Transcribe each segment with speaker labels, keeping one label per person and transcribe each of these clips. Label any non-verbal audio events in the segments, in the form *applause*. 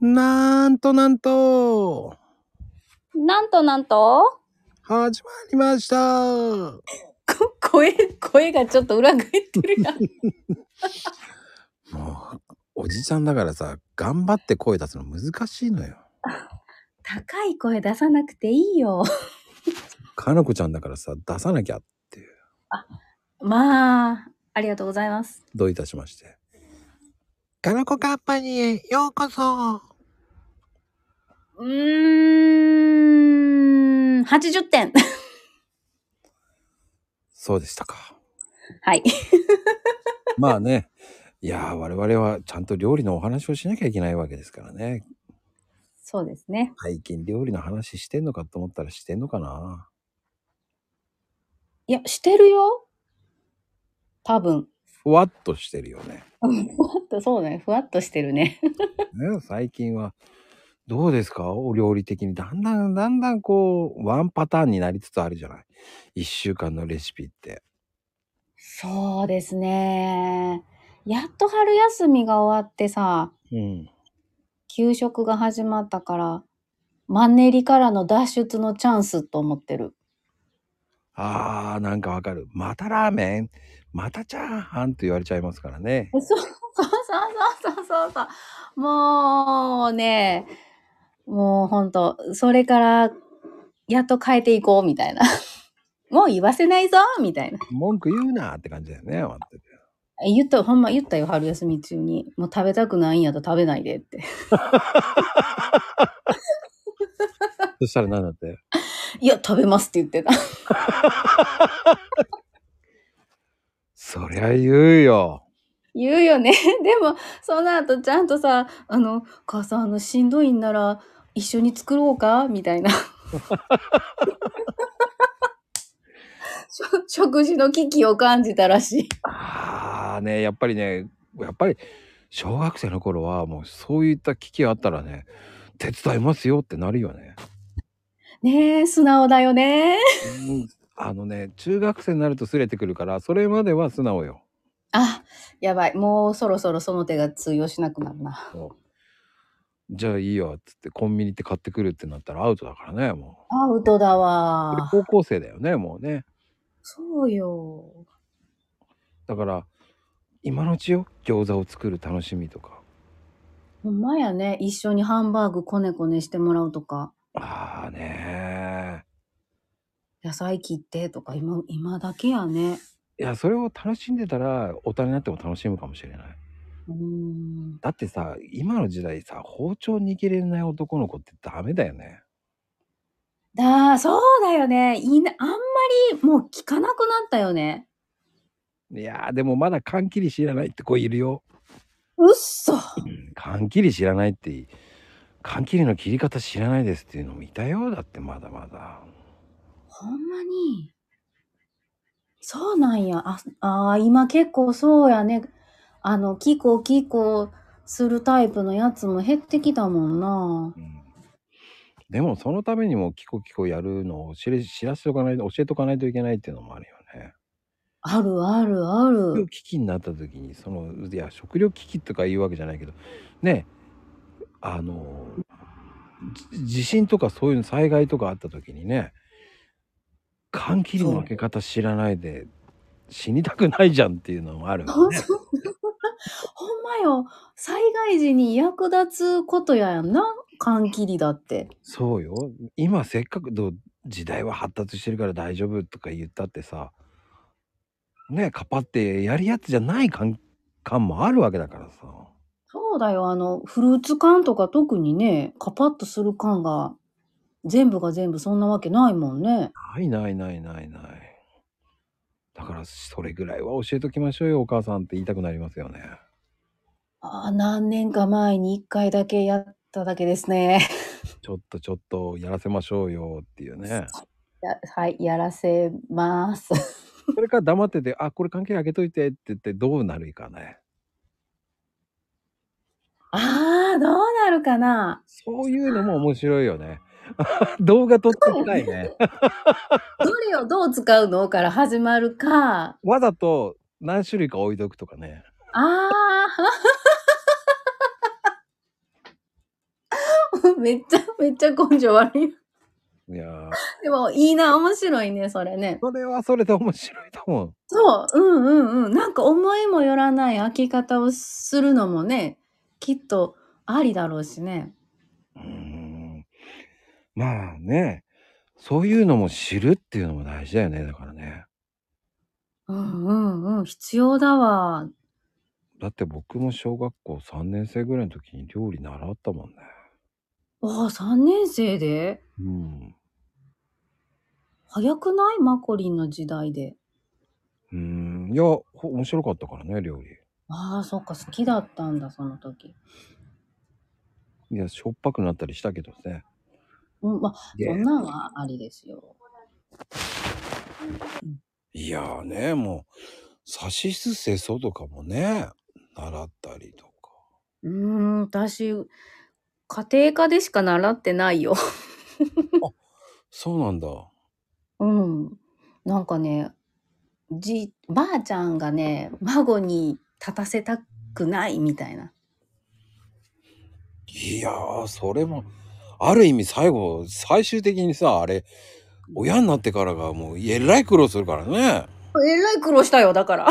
Speaker 1: なんとなんと、
Speaker 2: なんとなんと、
Speaker 1: 始まりました。は
Speaker 2: こ声、声がちょっと裏返ってる *laughs* やん。
Speaker 1: もう、おじちゃんだからさ、頑張って声出すの難しいのよ。
Speaker 2: 高い声出さなくていいよ。
Speaker 1: かなこちゃんだからさ、出さなきゃ、
Speaker 2: まあ、ありがとうございます。
Speaker 1: どういたしまして。かなこカンパニーへようこそ。
Speaker 2: うーん、80点。
Speaker 1: そうでしたか。
Speaker 2: *laughs* はい。
Speaker 1: まあね、いやー、我々はちゃんと料理のお話をしなきゃいけないわけですからね。
Speaker 2: そうですね。
Speaker 1: 最近料理の話してんのかと思ったらしてんのかな。
Speaker 2: いや、してるよ。多分。
Speaker 1: ふわっとしてるよね。
Speaker 2: ふわっと、そうだね。ふわっとしてるね。
Speaker 1: ね、最近はどうですかお料理的にだんだんだんだんこうワンパターンになりつつあるじゃない1週間のレシピって
Speaker 2: *laughs* そうですね。やっと春休みが終わってさ、
Speaker 1: うん
Speaker 2: 給食が始まったから、マンネリからの脱出のチャンスと思ってる。
Speaker 1: あーなんかわかるまたラーメンまたチャーハンと言われちゃいますからね
Speaker 2: そうそうそうそうそうそう。もうね、もうほんと、それから、やっと変えていこうみたいな。 *laughs* もう言わせないぞみたいな。
Speaker 1: 文句言うなって感じだよね待ってて
Speaker 2: 言った、ほんま言ったよ、春休み中に。もう食べたくないんやと食べないでって。
Speaker 1: そしたらなんだって
Speaker 2: いや、食べますって言ってた。
Speaker 1: そりゃ言うよ
Speaker 2: 言うよね。 *laughs* でも、その後ちゃんとさ、あの、母さん、あの、しんどいんなら、一緒に作ろうかみた *laughs* いな。食食事の危機を感じたらしい。
Speaker 1: あーねやっぱりねやっぱり小学生の頃はもうそういった危機があったらね手伝いますよってなるよね
Speaker 2: ねえ素直だよね
Speaker 1: うんあのね中学生になるとすれてくるからそれまでは素直よ
Speaker 2: あやばいもうそろそろその手が通用しなくなるな
Speaker 1: じゃあいいよっつってコンビニ行って買ってくるってなったらアウトだからねも
Speaker 2: アウトだ
Speaker 1: うこれ
Speaker 2: わ
Speaker 1: 高校生だよねもうね
Speaker 2: そうよ
Speaker 1: だから今のうちよ餃子を作る楽しみとか
Speaker 2: ほんまやね一緒にハンバーグこねこねしてもらうとか
Speaker 1: ああね
Speaker 2: 野菜切ってとか今今だけやね
Speaker 1: ーいやそれを楽しんでたら大人になっても楽しむかもしれないう
Speaker 2: ーん
Speaker 1: だってさ今の時代さ包丁握れない男の子ってダメだよね
Speaker 2: だーそうだよねいいなあんまりもう聞かなくなったよね
Speaker 1: いやーでもまだ缶切り知らないって子いるよ
Speaker 2: うっそ
Speaker 1: 缶切り知らないって缶切りの切り方知らないですっていうのもいたよだってまだまだ
Speaker 2: ほんまに。そうなんや。あ、あー今結構そうやね。あの、キコキコするタイプのやつも減ってきたもんな。
Speaker 1: うんでもそのためにもキコキコやるのを知れ知らせておかないと教えておかないといけないっていうのもあるよね。
Speaker 2: あるあるあ
Speaker 1: 食料
Speaker 2: *laughs* る。
Speaker 1: 危機になった時にそのいや食料危機とか言うわけじゃないけどねあのじ地震とかそういう災害とかあった時にね缶切りの開け方知らないで死にたくないじゃんっていうのもある
Speaker 2: そ
Speaker 1: よ
Speaker 2: う
Speaker 1: ね。
Speaker 2: そうほんまよ。災害時に役立つことやんな。缶切りだって。
Speaker 1: そうよ今せっかくどう時代は発達してるから大丈夫とか言ったってさねカパってやるやつじゃない感感もあるわけだからさ
Speaker 2: そうだよ。あの、フルーツ缶とか特にね、カパッとする缶が、全部が全部そんなわけないもんね。
Speaker 1: ないないないないないだからそれぐらいは教えときましょうよお母さんって言いたくなりますよね
Speaker 2: ああ、何年か前に一回だけやっただけですね。 *laughs*
Speaker 1: ちょっとちょっとやらせましょうよっていうね
Speaker 2: やはい、やらせます。
Speaker 1: それから黙ってて「あこれ関係開けといて」って言ってどうなるかね
Speaker 2: *laughs* ああ、どうなるかな
Speaker 1: そういうのも面白いよね *laughs* 動画撮ってみたいね
Speaker 2: どれをどう使うのから始まるか。
Speaker 1: わざと何種類か置いとくとかね。
Speaker 2: ああ、 *laughs* めっちゃ、めっちゃ根性悪い。
Speaker 1: いやー
Speaker 2: でも、いいな、面白いね、それね。
Speaker 1: それはそれで面白いと思う。
Speaker 2: そう、うんうんうん。なんか思いもよらない開き方をするのもね、きっとありだろうしね。
Speaker 1: うーんまあねそういうのも知るっていうのも大事だよねだからね
Speaker 2: うんうんうん。必要だわ。
Speaker 1: だって僕も小学校3年生ぐらいの時に料理習ったもんね
Speaker 2: ああ、3年生で
Speaker 1: うん
Speaker 2: 早くないマコリンの時代で。
Speaker 1: うーんいやほ面白かったからね料理
Speaker 2: ああ、そっか、好きだったんだ、その時。
Speaker 1: いやしょっぱくなったりしたけどね
Speaker 2: うん、まあ、そんなんはありですよ。
Speaker 1: いやーねもうさしすせそとかもね習ったりとか
Speaker 2: うーん、私、家庭科でしか習ってないよ。
Speaker 1: そうなんだ
Speaker 2: うん。なんかね、じ、ばあちゃんがね、孫に立たせたくないみたいな。
Speaker 1: いやーそれもある意味最後最終的にさあれ親になってからがもうえらい苦労するからね
Speaker 2: えらい苦労したよ、だ *laughs* から。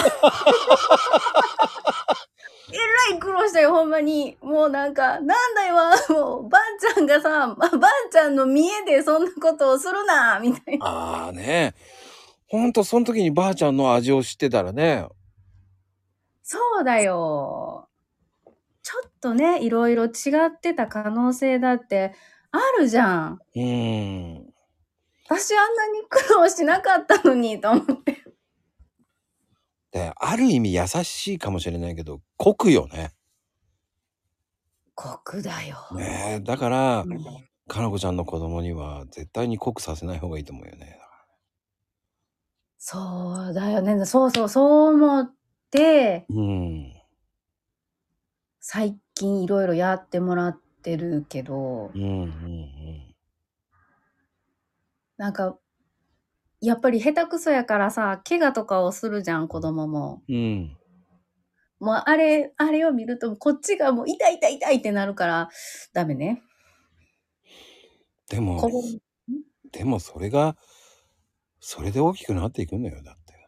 Speaker 2: えらい苦労したよ、ほんまに。もうなんか、なんだよ、もう、ばあちゃんがさ、ばばあちゃんの見栄でそんなことをするな、みたいな。
Speaker 1: ああねほんとその時にばあちゃんの味を知ってたらね
Speaker 2: そうだよ。ちょっとね、いろいろ違ってた可能性だってあるじゃん。
Speaker 1: うーん
Speaker 2: 私あんなに苦労しなかったのに、と思って。
Speaker 1: である意味優しいかもしれないけど濃くよね
Speaker 2: コクだよ。
Speaker 1: ねえだから
Speaker 2: うん
Speaker 1: かなこちゃんの子供には絶対に濃くさせない方がいいと思うよね
Speaker 2: そうだよね。そうそう、そう思って、
Speaker 1: うん
Speaker 2: 最近いろいろやってもらってるけど
Speaker 1: うんう、んうん
Speaker 2: なんか、やっぱり下手くそやからさ、怪我とかをするじゃん、子供も。
Speaker 1: うん
Speaker 2: もうあれ、あれを見ると、こっちがもう痛い痛い痛いってなるから、ダメね。
Speaker 1: で
Speaker 2: 子
Speaker 1: も
Speaker 2: 供
Speaker 1: でもそれがそれで大きくなっていくんだよだって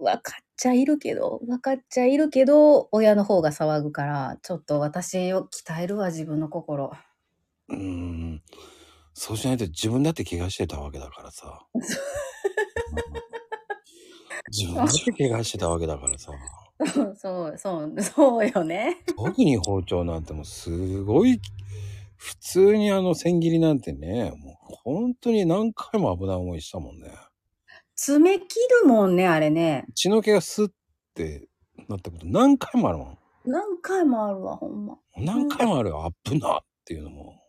Speaker 2: 分かっちゃいるけど分かっちゃいるけど親の方が騒ぐからちょっと私を鍛えるわ自分の心 *laughs*
Speaker 1: うーんそうしないと自分だって怪我してたわけだからさ。うん自分だって怪我してたわけだからさ。
Speaker 2: そうそうそうよね
Speaker 1: 特に包丁なんてもうすごい、普通にあの千切りなんてね、もう本当に何回も危ない思いしたもんね。
Speaker 2: 爪切るもんねあれね
Speaker 1: 血の毛がスッってなったこと何回もあるもん。
Speaker 2: 何回もあるわほんま
Speaker 1: 何回もあるよ、危なっていうのも。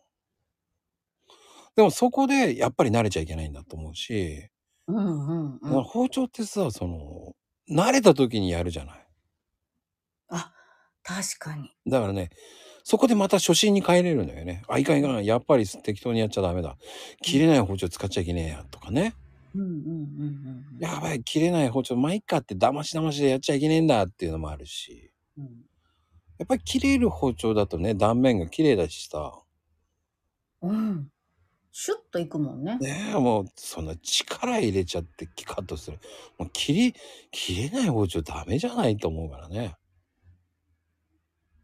Speaker 1: でもそこでやっぱり慣れちゃいけないんだと思うし。
Speaker 2: うんうんう
Speaker 1: まあ
Speaker 2: ん
Speaker 1: 包丁ってさその慣れた時にやるじゃない
Speaker 2: あ確かに
Speaker 1: だからねそこでまた初心に帰れるのよねあいかんいかんやっぱり適当にやっちゃダメだ切れない包丁使っちゃいけねえやとかね
Speaker 2: うんうんうんうん
Speaker 1: やばい切れない包丁まあいっかってだましだましでやっちゃいけねえんだっていうのもあるし
Speaker 2: うん
Speaker 1: やっぱり切れる包丁だとね断面が綺麗だしさ
Speaker 2: うんシュッといくもんね
Speaker 1: ねえもうそんな力入れちゃってキカッとするもう切り切れない包丁ダメじゃないと思うからね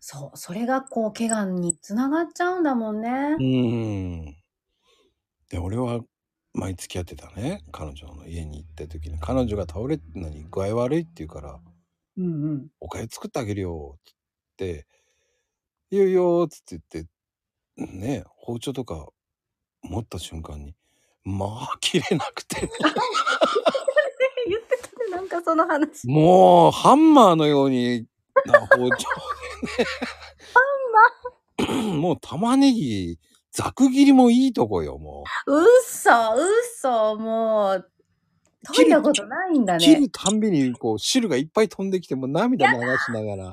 Speaker 2: そうそれがこう怪我につながっちゃうんだもんね
Speaker 1: う、ーん。で、俺は前付き合ってたね、彼女の家に行った時に、彼女が倒れてるのに具合悪いって言うから、
Speaker 2: うんうん
Speaker 1: おかゆ作ってあげるよ、つって、いいよいいよ、つって言って、ね、包丁とか持った瞬間に、まあ、切れなくて、 *laughs*
Speaker 2: 言ってたねなんかその話
Speaker 1: もう、ハンマーのように、な包丁でね。ハンマー *laughs* もう玉ねぎ、ざく切りもいいとこよ、もう。
Speaker 2: うっそ、うっそ、もう、
Speaker 1: 切
Speaker 2: 解
Speaker 1: る
Speaker 2: いたことないんだ
Speaker 1: 切
Speaker 2: ね
Speaker 1: る。たんびにこう汁がいっぱい飛んできてもう涙流しながら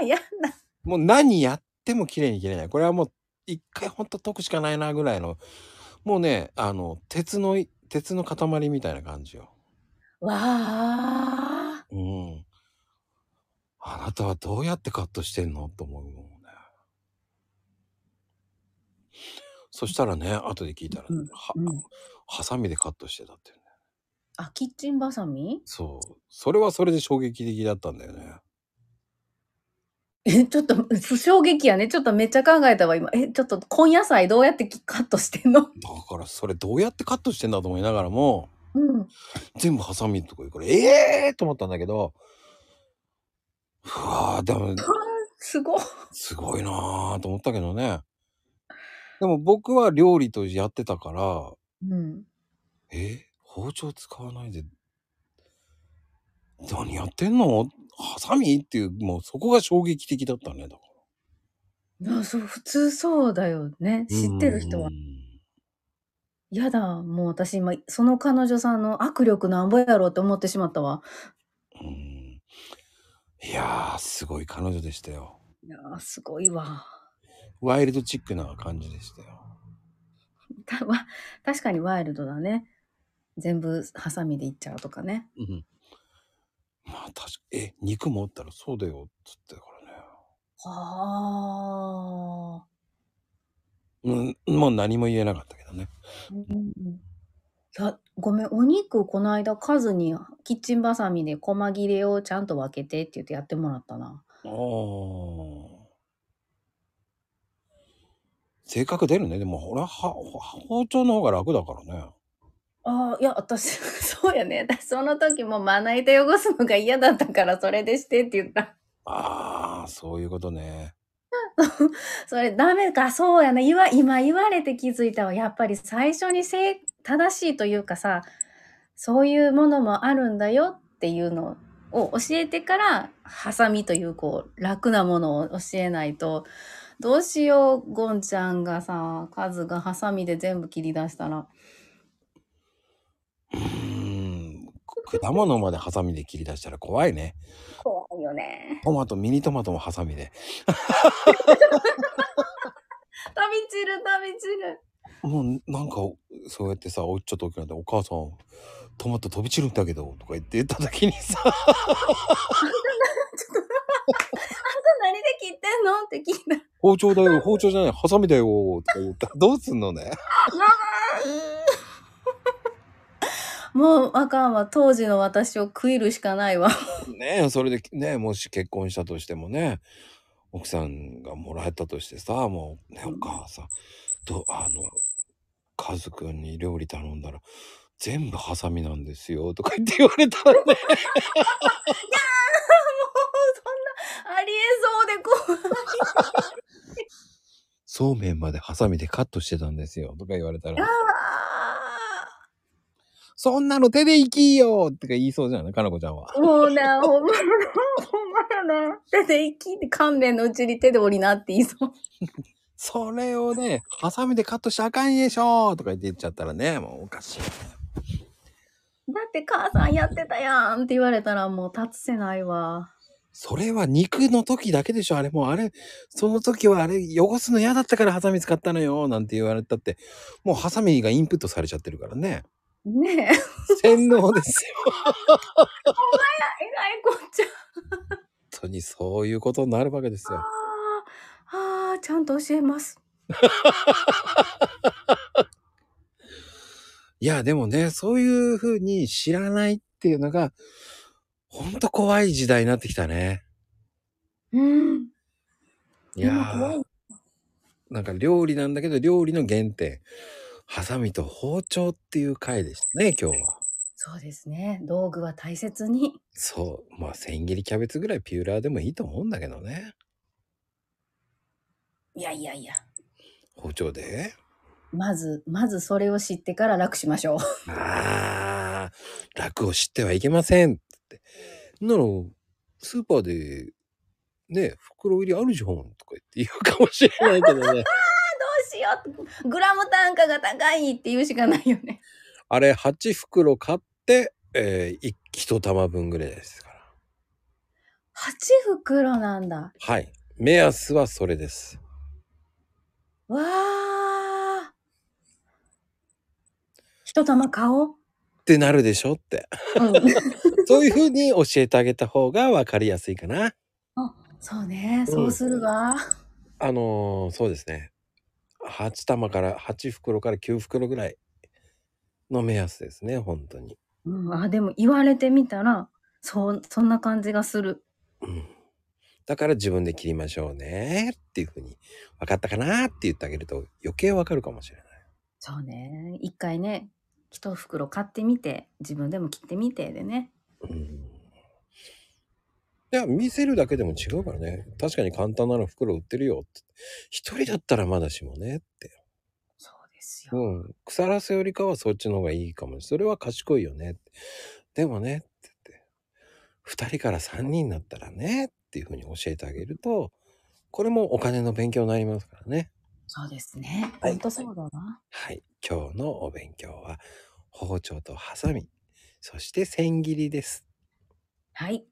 Speaker 2: あ、やだ。
Speaker 1: もう何やっても綺麗に切れないこれはもう一回ほんと解くしかないなぐらいのもうねあの鉄の鉄の塊みたいな感じよ。
Speaker 2: わあ。
Speaker 1: うん。あなたはどうやってカットしてんのと思うもんね。そしたらね後で聞いたら、
Speaker 2: うん
Speaker 1: は
Speaker 2: うん
Speaker 1: ハサミでカットしてたっていうね
Speaker 2: あ、キッチンバサミ
Speaker 1: そうそれはそれで衝撃的だったんだよね
Speaker 2: え、ちょっと、不衝撃やね。ちょっとめっちゃ考えたわ、今。え、ちょっと、根野菜どうやってきカットしてんの
Speaker 1: だからそれどうやってカットしてんだと思いながらも
Speaker 2: うん。
Speaker 1: 全部ハサミのとこ行くからええー、と思ったんだけどうわーでも
Speaker 2: すごい。
Speaker 1: すごいなーと思ったけどねでも僕は料理とやってたから
Speaker 2: うん。
Speaker 1: え包丁使わないで何やってんのハサミっていうもうそこが衝撃的だったねだか
Speaker 2: あそう、普通そうだよね。
Speaker 1: ら
Speaker 2: 知ってる人は
Speaker 1: う。ん
Speaker 2: やだ、もう私今、その彼女さんの握力なんぼやろうと思ってしまったわ。
Speaker 1: うんいやーすごい彼女でしたよ
Speaker 2: いやー、すごいわ。
Speaker 1: ワイルドチックな感じでしたよ
Speaker 2: たわ確かにワイルドだね。全部ハサミでいっちゃうとかね。
Speaker 1: うんまあ確かえ肉もあったらそうだよっつってたからね
Speaker 2: はあ。
Speaker 1: うん、もう何も言えなかったけどね。
Speaker 2: うんいやごめんお肉この間カズにキッチンバサミで細切れをちゃんと分けてって言ってやってもらったな
Speaker 1: ああ。性格出るね。でも、ほら、は、包丁の方が楽だからね。
Speaker 2: あーいや私 *laughs* そうやね私その時もまな板汚すのが嫌だったからそれでしてって言った
Speaker 1: ああ、そういうことね。
Speaker 2: それダメかそうやな言わ今言われて気づいたわやっぱり最初に正正しいというかさそういうものもあるんだよっていうのを教えてからハサミというこう楽なものを教えないとどうしようゴンちゃんがさカズがハサミで全部切り出したら
Speaker 1: うーん。果物までハサミで切り出したら怖いね。
Speaker 2: 怖いよね
Speaker 1: トマト、ミニトマトもハサミで。
Speaker 2: 飛び散る飛び散る
Speaker 1: もう、なんか、そうやってさ、おちょっと大きくなって、お母さん、トマト飛び散るんだけど、とか言って言った時にさ、
Speaker 2: 何で切ってんのって聞いた
Speaker 1: 包丁だよ、包丁じゃない、ハサミだよ、とか言ったら、 *laughs* どうすんのね。
Speaker 2: もうあかんわ当時の私を食いるしかないわ
Speaker 1: ねえそれでねもし結婚したとしてもね奥さんがもらえたとしてさもうねお母さんとあのカズくんに料理頼んだら全部ハサミなんですよとか言って言われた *laughs* らね
Speaker 2: もうそんなありえそうで怖い。
Speaker 1: そうめんまでハサミでカットしてたんですよとか言われたらそんなの手でいきよとか言いそうじゃないかなこちゃんは
Speaker 2: もうな、ほんま、ほんまやな。手で息で勘弁のうちに手で折りなって言いそう。
Speaker 1: それをねハサミでカットしちゃあかんでしょとか言って言っちゃったらねもうおかしいよね
Speaker 2: だって母さんやってたやんって言われたらもう立つせないわ。
Speaker 1: それは肉の時だけでしょあれもうあれ、その時はあれ汚すの嫌だったからハサミ使ったのよなんて言われたって、もうハサミがインプットされちゃってるから
Speaker 2: *laughs*
Speaker 1: ね。
Speaker 2: ねえ。えらい
Speaker 1: 洗脳ですよ。
Speaker 2: こっちゃ。
Speaker 1: 本当にそういうことになるわけですよ。
Speaker 2: あーあー、ちゃんと教えます。
Speaker 1: いや、でもね、そういうふうに知らないっていうのが、ほんと怖い時代になってきたね。
Speaker 2: うん。
Speaker 1: いや
Speaker 2: 今怖
Speaker 1: ー
Speaker 2: い、
Speaker 1: なんか料理なんだけど、料理の原点。ハサミと包丁っていう回でしたね、今日は。
Speaker 2: そうですね。道具は大切に。
Speaker 1: そう。まあ、千切りキャベツぐらいピューラーでもいいと思うんだけどね。
Speaker 2: いやいやいや。
Speaker 1: 包丁で。
Speaker 2: まず、まずそれを知ってから楽しましょう。
Speaker 1: ああ、楽を知ってはいけません。って。なら、スーパーで、ね、袋入りあるじゃんとか言って言うかもしれないけどね。
Speaker 2: どうしよう。グラム単価が高いって言うしかないよね。
Speaker 1: あれ、8袋買って、えー、1玉分ぐらいですから。
Speaker 2: 8袋なんだ。
Speaker 1: はい。目安はそれです。
Speaker 2: わあ。一玉買お
Speaker 1: *laughs*
Speaker 2: う。
Speaker 1: ってなるでしょって。
Speaker 2: うん、
Speaker 1: そういうふうに教えてあげた方がわかりやすいかな。
Speaker 2: そうね、そうするわ。
Speaker 1: あのーそうですね。 8玉から8袋から9袋ぐらいの目安ですね本当に、
Speaker 2: うん、あ、でも言われてみたら、そう、そんな感じがする。
Speaker 1: うん、だから自分で切りましょうねっていうふうに分かったかなって言ってあげると余計分かるかもしれない
Speaker 2: そうね。一回ね、一袋買ってみて、自分でも切ってみてでね。
Speaker 1: うんいや、見せるだけでも違うからね。確かに簡単なの袋売ってるよって。一人だったらまだしもねって。
Speaker 2: そうですよ。
Speaker 1: うん。腐らせよりかはそっちの方がいいかも。それは賢いよねって。でもね、って言って。二人から三人になったらね、っていうふうに教えてあげると、これもお金の勉強になりますからね。
Speaker 2: そうですね。
Speaker 1: はい
Speaker 2: ほんとそうだな。
Speaker 1: はい。今日のお勉強は、包丁とハサミ、そして千切りです。
Speaker 2: はい。